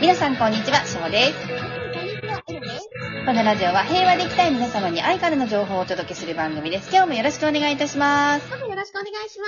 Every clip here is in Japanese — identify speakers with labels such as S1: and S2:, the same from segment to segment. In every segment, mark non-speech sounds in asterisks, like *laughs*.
S1: 皆さんこんにちは、しほです。このラジオは平和でいきたい皆様に愛からの情報をお届けする番組です。今日もよろしくお願いいたします。
S2: はい、よろしくお願いしま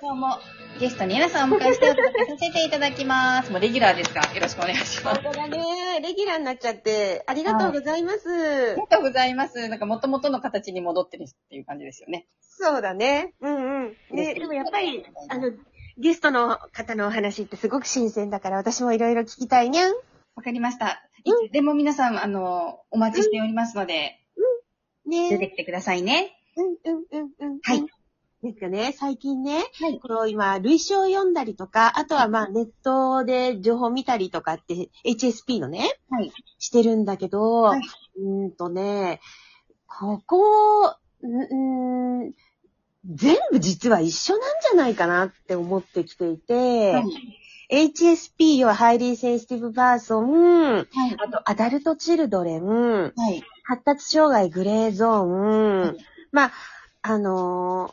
S1: 今日もゲストに皆さんをお迎えしてお届けさせていただきます。もうレギュラーですから、よろしくお願いします
S2: す。。本当だね。レギュラーになっちゃって、ありがとうございます。
S1: ありがとうございます。なんか元々の形に戻ってるっていう感じですよね。
S2: そうだね。うんうん。
S1: 嬉し
S2: ね、
S1: い
S2: でもやっぱり、あの、ゲストの方のお話ってすごく新鮮だから、私もいろいろ聞きたいにゃん。
S1: わかりました。いつでも皆さん、あの、お待ちしておりますので、出て
S2: ね。
S1: きてくださいね。
S2: うんうんうんうん。
S1: はい。
S2: ですかね、最近ね、
S1: はい
S2: この今、類書を読んだりとか、あとはまあ、ネットで情報見たりとかって、HSP のね、
S1: はい。
S2: してるんだけど、
S1: はいう
S2: ーんとね、ここ、うーん、全部実は一緒なんじゃないかなって思ってきていて、
S1: はい。
S2: HSP 要はハイリーセンシティブパーソン、
S1: はい。
S2: あとアダルトチルドレン、
S1: はい。
S2: 発達障害グレーゾーン、
S1: はい
S2: まあ、あのー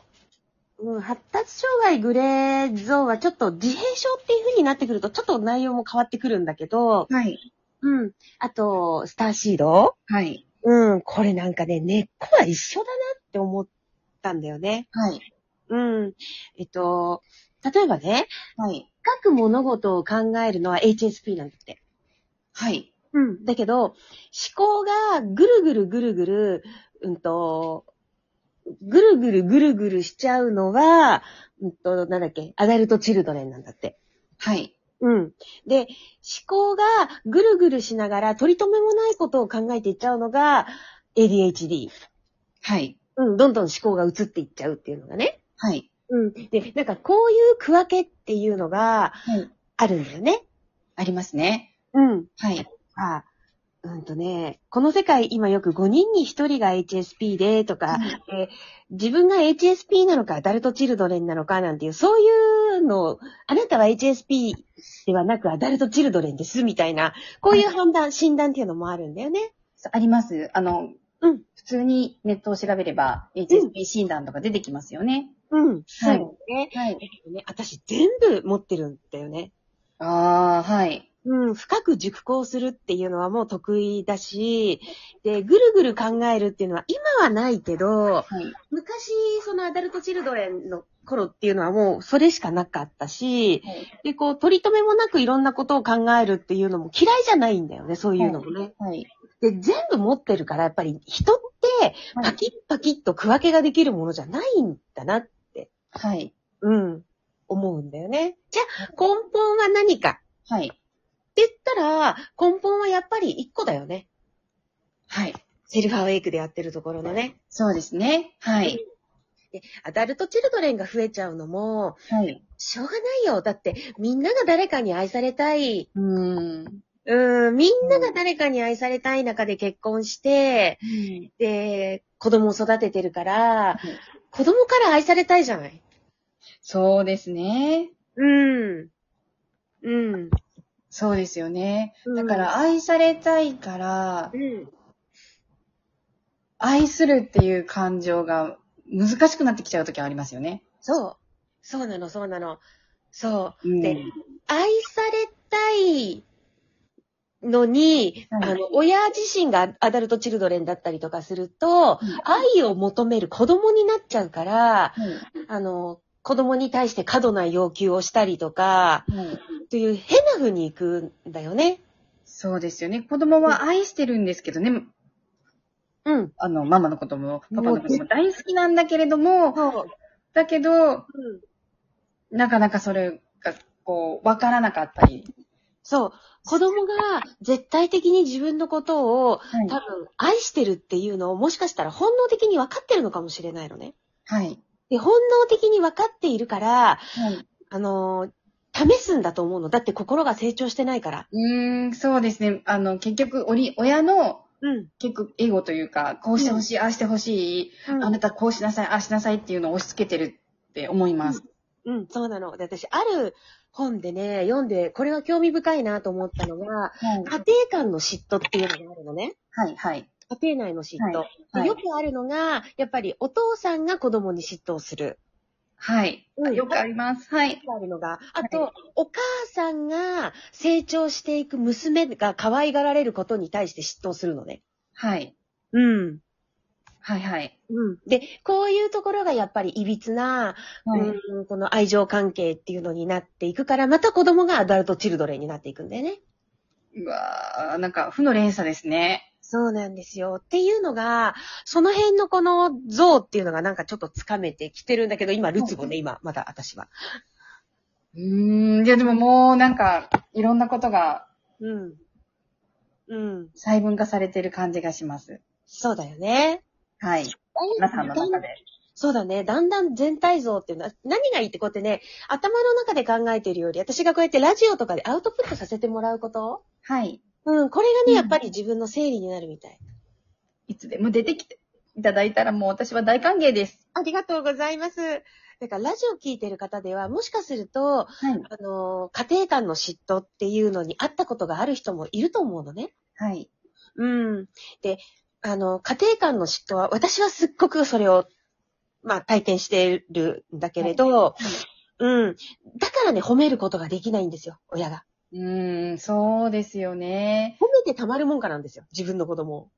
S2: うん発達障害グレーゾーンはちょっと自閉症っていう風になってくるとちょっと内容も変わってくるんだけど、
S1: はい。
S2: うん。あと、スターシード
S1: はい。
S2: うん。これなんかね、根っこは一緒だなって思ったんだよね。
S1: はい。
S2: うん。えっと、例えばね、
S1: はい。
S2: 各物事を考えるのは HSP なんだって。
S1: はい。
S2: うん。だけど、思考がぐるぐるぐるぐる、うんと、ぐるぐるぐるぐるしちゃうのは、うんと、なんだっけ、アダルトチルドレンなんだって。
S1: はい。
S2: うん。で、思考がぐるぐるしながら取り留めもないことを考えていっちゃうのが ADHD。
S1: はい。
S2: うん、どんどん思考が移っていっちゃうっていうのがね。
S1: はい。
S2: うん。で、なんかこういう区分けっていうのが
S1: はい。
S2: あるんだよね。
S1: ありますね。
S2: うん。
S1: はい。
S2: あ、うんとね、この世界今よく5人に1人が HSP でとか、えー自分が HSP なのかアダルトチルドレンなのかなんていう、そういうのを、あなたは HSP ではなくアダルトチルドレンですみたいな、こういう判断、診断っていうのもあるんだよね。
S1: そうあります。あの、
S2: うん
S1: 普通にネットを調べれば、HSP 診断とか出てきますよね。
S2: うん。そうだよね。
S1: はい。
S2: ね私全部持ってるんだよね。
S1: ああ、はい。
S2: うん、深く熟考するっていうのはもう得意だし、で、ぐるぐる考えるっていうのは今はないけど、
S1: はい。
S2: 昔、そのアダルトチルドレンの頃っていうのはもうそれしかなかったし、で、こう、取り留めもなくいろんなことを考えるっていうのも嫌いじゃないんだよね、そういうのもね。
S1: はい。
S2: で、全部持ってるから、やっぱり人って
S1: はい
S2: パキッパキッと区分けができるものじゃないんだな、
S1: はい。
S2: うん、思うんだよね。じゃあ、根本は何か
S1: はい。
S2: って言ったら、根本はやっぱり一個だよね。
S1: はい。
S2: セルフアウェイクでやってるところのね。
S1: そうですね。はい。
S2: で、アダルトチルドレンが増えちゃうのも、
S1: はい。
S2: しょうがないよ。だって、みんなが誰かに愛されたい。
S1: うーん。
S2: うーん、みんなが誰かに愛されたい中で結婚して、で、子供を育ててるから、子供から愛されたいじゃない。
S1: そうですね。
S2: うん。うん。
S1: そうですよね。
S2: だ
S1: だか、ら愛されたいから
S2: う、ん。
S1: 愛するっていう感情が難しくなってきちゃう時はありますよね。
S2: そう。そうなの、そうなの。そう。
S1: うん
S2: で愛されたいのに、
S1: はい
S2: あの、親自身がアダルトチルドレンだったりとかすると、愛を求める子供になっちゃうから、あの、子供に対して過度な要求をしたりとか、
S1: はいはい
S2: という変な風に行くんだよね。
S1: そうですよね。子供は愛してるんですけどね、
S2: うん。
S1: あの、ママのことも、パパのことも大好きなんだけれども、
S2: そう。
S1: だけど、
S2: うん、
S1: なかなかそれが、こう、わからなかったり。
S2: そう。子供が絶対的に自分のことを
S1: はい
S2: 多分愛してるっていうのをもしかしたら本能的に分かってるのかもしれないのね。
S1: はい。
S2: で、本能的に分かっているから、
S1: はい。
S2: あのー試すんだと思うの。だって心が成長してないから。
S1: うーん、そうですね。あの、結局、おり、親の、
S2: うん。
S1: 結構、エゴというか、こうしてほしい、ああしてほしい、あ
S2: あ
S1: な
S2: の
S1: たこうしなさい、ああしなさいっていうのを押し付けてるって思います。
S2: うん、そうなの。で、私、ある本でね、読んで、これは興味深いなと思ったの
S1: は
S2: が、
S1: い
S2: 家庭間の嫉妬っていうのがあるのね。
S1: はい、はい。
S2: 家庭内の嫉妬。
S1: はいはい
S2: でよくあるのが、やっぱりお父さんが子供に嫉妬をする。
S1: はい。あ
S2: うん
S1: よくあります。はい。
S2: あるのが、あと、お母さんが成長していく娘が可愛がられることに対して嫉妬するのね。
S1: はい。
S2: うん。
S1: はいはい。
S2: うん。で、こういうところがやっぱり歪な、
S1: はい。
S2: うん、この愛情関係っていうのになっていくから、また子供がアダルトチルドレンになっていくんだよね。
S1: うわーなんか、負の連鎖ですね。
S2: そうなんですよ。っていうのが、その辺のこの像っていうのがなんかちょっとつかめてきてるんだけど、今、ルツボね、今、まだ私は。
S1: うーん。じゃあでももう、なんか、いろんなことが
S2: うん。うん。
S1: 細分化されてる感じがします。
S2: そうだよね。
S1: はい。皆さんの中で。
S2: そうだね。だんだん全体像っていうのは、何がいいってこうやってね、頭の中で考えてるより、私がこうやってラジオとかでアウトプットさせてもらうこと
S1: はい。
S2: うん、これがね、
S1: うん
S2: やっぱり自分の整理になるみたい。
S1: いつでも出てきていただいたらもう私は大歓迎です。
S2: ありがとうございます。だから、ラジオ聞いてる方では、もしかする
S1: は
S2: と、
S1: い。
S2: あのー、家庭間の嫉妬っていうのにあったことがある人もいると思うのね。
S1: はい。
S2: うん。で、あの、家庭間の嫉妬は、私はすっごくそれを、まあ、体験してるんだけれど、うん。だからね、褒めることができないんですよ、親が。
S1: うーん、そうですよね。
S2: 褒めてたまるもんかなんですよ、自分の子供を。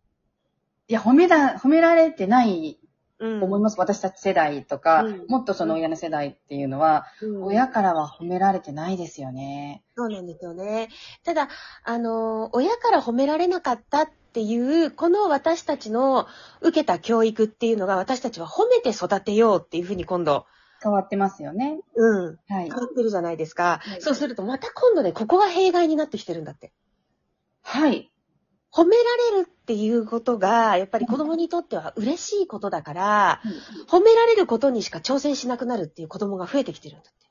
S1: いや、褒めだ、褒められてない
S2: うん
S1: 思います。私たち世代とか、
S2: うん
S1: もっとその親の世代っていうのは、
S2: うん
S1: 親からは褒められてないですよね。
S2: そうなんですよね。ただ、あの、親から褒められなかったっていう、この私たちの受けた教育っていうのが、私たちは褒めて育てようっていうふうに今度、
S1: 変わってますよね。
S2: うん、
S1: はい
S2: 変。わってるじゃないですか。
S1: はい
S2: そうすると、また今度ね、ここが弊害になってきてるんだって。
S1: はい。
S2: 褒められるっていうことが、やっぱり子供にとっては嬉しいことだから、褒められることにしか挑戦しなくなるっていう子供が増えてきてるんだって。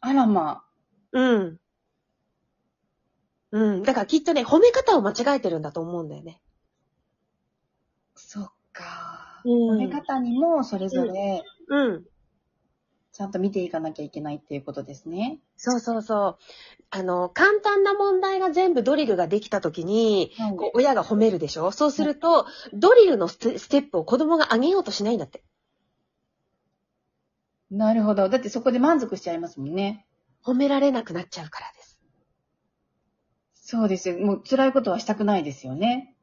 S1: あらま
S2: うん。うん。だからきっとね、褒め方を間違えてるんだと思うんだよね。
S1: あ、そっか。
S2: う
S1: 褒
S2: ん
S1: め方にもそれぞれ、
S2: うん。
S1: ちゃんと見ていかなきゃいけないっていうことですね。
S2: そうそうそう。あの、簡単な問題が全部ドリルができたときに、
S1: はい
S2: こう親が褒めるでしょそうすると、ドリルのステステップを子供が上げようとしないんだって。
S1: なるほど。だってそこで満足しちゃいますもんね。
S2: 褒められなくなっちゃうからです。
S1: そうですよ。もう辛いことはしたくないですよね。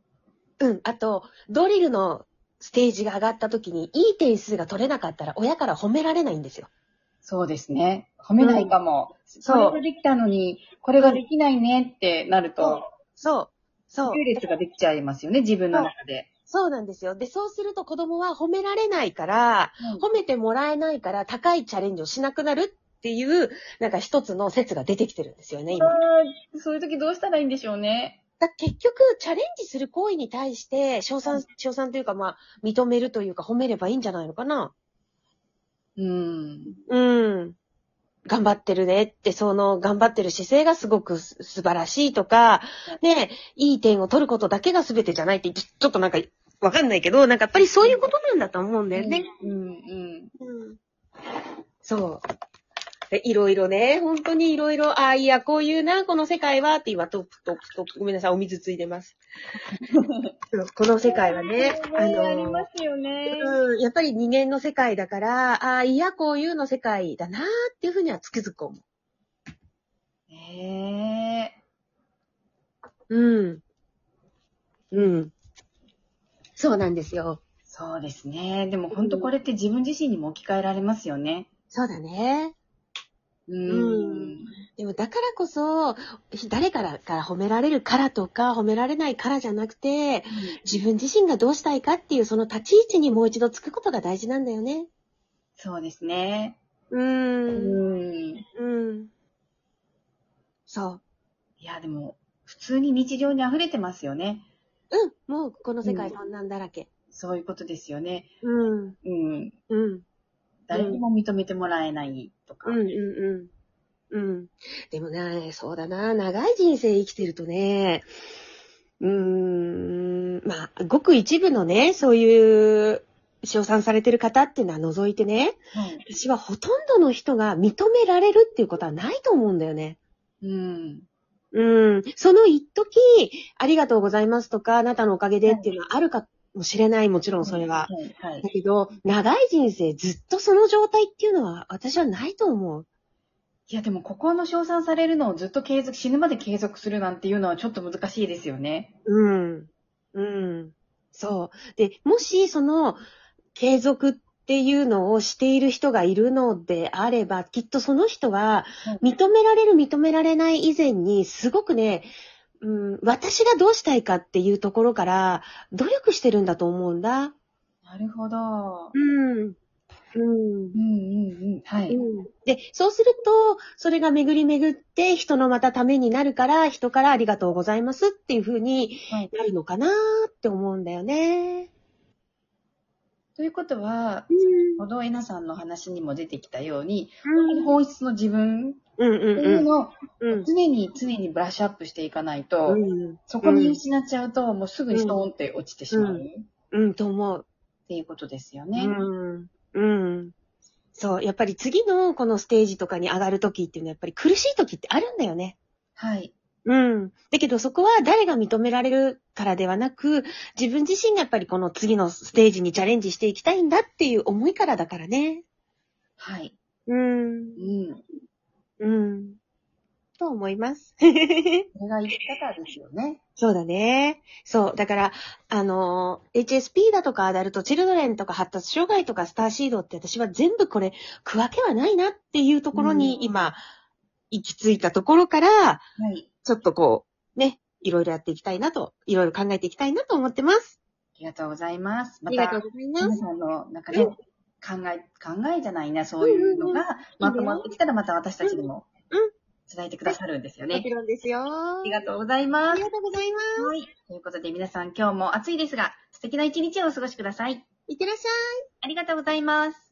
S2: うん。あと、ドリルのステージが上がったときに、いい点数が取れなかったら親から褒められないんですよ。
S1: そうですね。褒めないかも。
S2: そう
S1: これができたのに、これができないねってなると、
S2: そう。そう。
S1: 優劣ができちゃいますよね、自分の中で。
S2: そうなんですよ。で、そうすると子供は褒められないから、褒めてもらえないから高いチャレンジをしなくなるっていう、なんか一つの説が出てきてるんですよね、今。
S1: あーそういう時どうしたらいいんでしょうね。
S2: だ結局、チャレンジする行為に対して、称賛、称賛というか、まあ、認めるというか、褒めればいいんじゃないのかな。
S1: うん。
S2: うん。頑張ってるねって、その、頑張ってる姿勢がすごくす素晴らしいとか、ね、いい点を取ることだけが全てじゃないって、ちょちょっとなんか、わかんないけど、なんかやっぱりそういうことなんだと思うんだよね。
S1: うん、うん。
S2: そう。でいろいろね、本当にいろいろ、ああ、いや、こういうな、この世界は、って今、トップトップトップ、ごめんなさい、お水つい
S1: *laughs*
S2: でます。そうこの世界はね、あの
S1: ありますよね。
S2: うん、やっぱり人間の世界だから、ああ、いや、こういうの世界だな、っていうふうにはつくづく思
S1: ええ
S2: う。うん。うん。そうなんですよ。
S1: そうですね。でも本当これって自分自身にも置き換えられますよね。
S2: そうだね。
S1: う
S2: うんでもだからこそ、誰からから褒められるからとか、褒められないからじゃなくて、自分自身がどうしたいかっていうその立ち位置にもう一度つくことが大事なんだよね。
S1: そうですね。
S2: う
S1: う
S2: ーん。
S1: ん。
S2: うん。そう。
S1: いや、でも、普通に日常に溢れてますよね。
S2: うん。もうこの世界
S1: うん
S2: そんなんだらけ。
S1: そういうことですよね。
S2: うん。
S1: うん。
S2: うん。
S1: 誰にも認めてもらえないとか。
S2: うん。うん。うん。でもね、そうだな。長い人生生きてるとね、うーん。まあ、ごく一部のね、そういう、称賛されてる方っていうのは除いてね、
S1: はい
S2: 私はほとんどの人が認められるっていうことはないと思うんだよね。
S1: うん。
S2: うん。その一時、ありがとうございますとか、あなたのおかげでっていうのはあるかもしれない、もちろんそれは。
S1: いはい
S2: だ。けど、長い人生ずっとその状態っていうのは私はないと思う。
S1: いや、でもここの称賛されるのをずっと継続、死ぬまで継続するなんていうのはちょっと難しいですよね。
S2: うん。うん。そう。で、もしその継続っていうのをしている人がいるのであれば、きっとその人は
S1: はい
S2: 認められる認められない以前に、すごくね、うん、私がどうしたいかっていうところから努力してるんだと思うんだ。
S1: なるほど。
S2: うん。う
S1: う。
S2: ん
S1: んうんうん。は
S2: う
S1: い。
S2: んで、そうすると、それが巡り巡って、人のまたためになるから、人からありがとうございますっていうふうに
S1: はい
S2: なるのかなって思うんだよね。
S1: ということは、
S2: うん。
S1: 小戸えなさんの話にも出てきたように、
S2: うん
S1: 本質の自分
S2: うん
S1: っていう
S2: うん
S1: のを
S2: うん。
S1: 常に常にブラッシュアップしていかないと、
S2: うん。
S1: そこに失っちゃうと、もうすぐストーンって落ちてしまう、
S2: うん
S1: っ
S2: うん、と思う。
S1: ていうことですよ
S2: う
S1: ね。
S2: ん。うん。そう、やっぱり次のこのステージとかに上がるときっていうのは、やっぱり苦しいときってあるんだよね。
S1: はい。
S2: うん。だけどそこは誰が認められるからではなく、自分自身がやっぱりこの次のステージにチャレンジしていきたいんだっていう思いからだからね。
S1: はい。
S2: うん
S1: う。ん。
S2: うん。と思います。 *laughs*
S1: これが生き方ですよね。
S2: そうだね。そう。だから、あのー HSP だとか、アダルト、チルドレンとか、発達障害とか、スターシードって私は全部これ、区分けはないなっていうところ
S1: うん
S2: に今、行き着いたところから、
S1: はい。
S2: ちょっとこう、ね、いろいろやっていきたいなと、いろいろ考えていきたいなと思ってます。
S1: ありがとうございます。
S2: あ
S1: ま
S2: りがと
S1: た
S2: う、ございま
S1: 皆
S2: す。
S1: さんの中で
S2: うん
S1: 考え、考えじゃないな、そういうの
S2: うんうんう
S1: がまとまってきたらまた私たちにも
S2: うん
S1: 伝えてくださるんですよ
S2: も
S1: ね
S2: ち。ろんですよ。あ
S1: ありがとうございます
S2: り。がとうございます。
S1: はい。ということで皆さん今日も暑いですが、素敵な一日をお過ごしください。
S2: いってらっしゃい。
S1: ありがとうございます。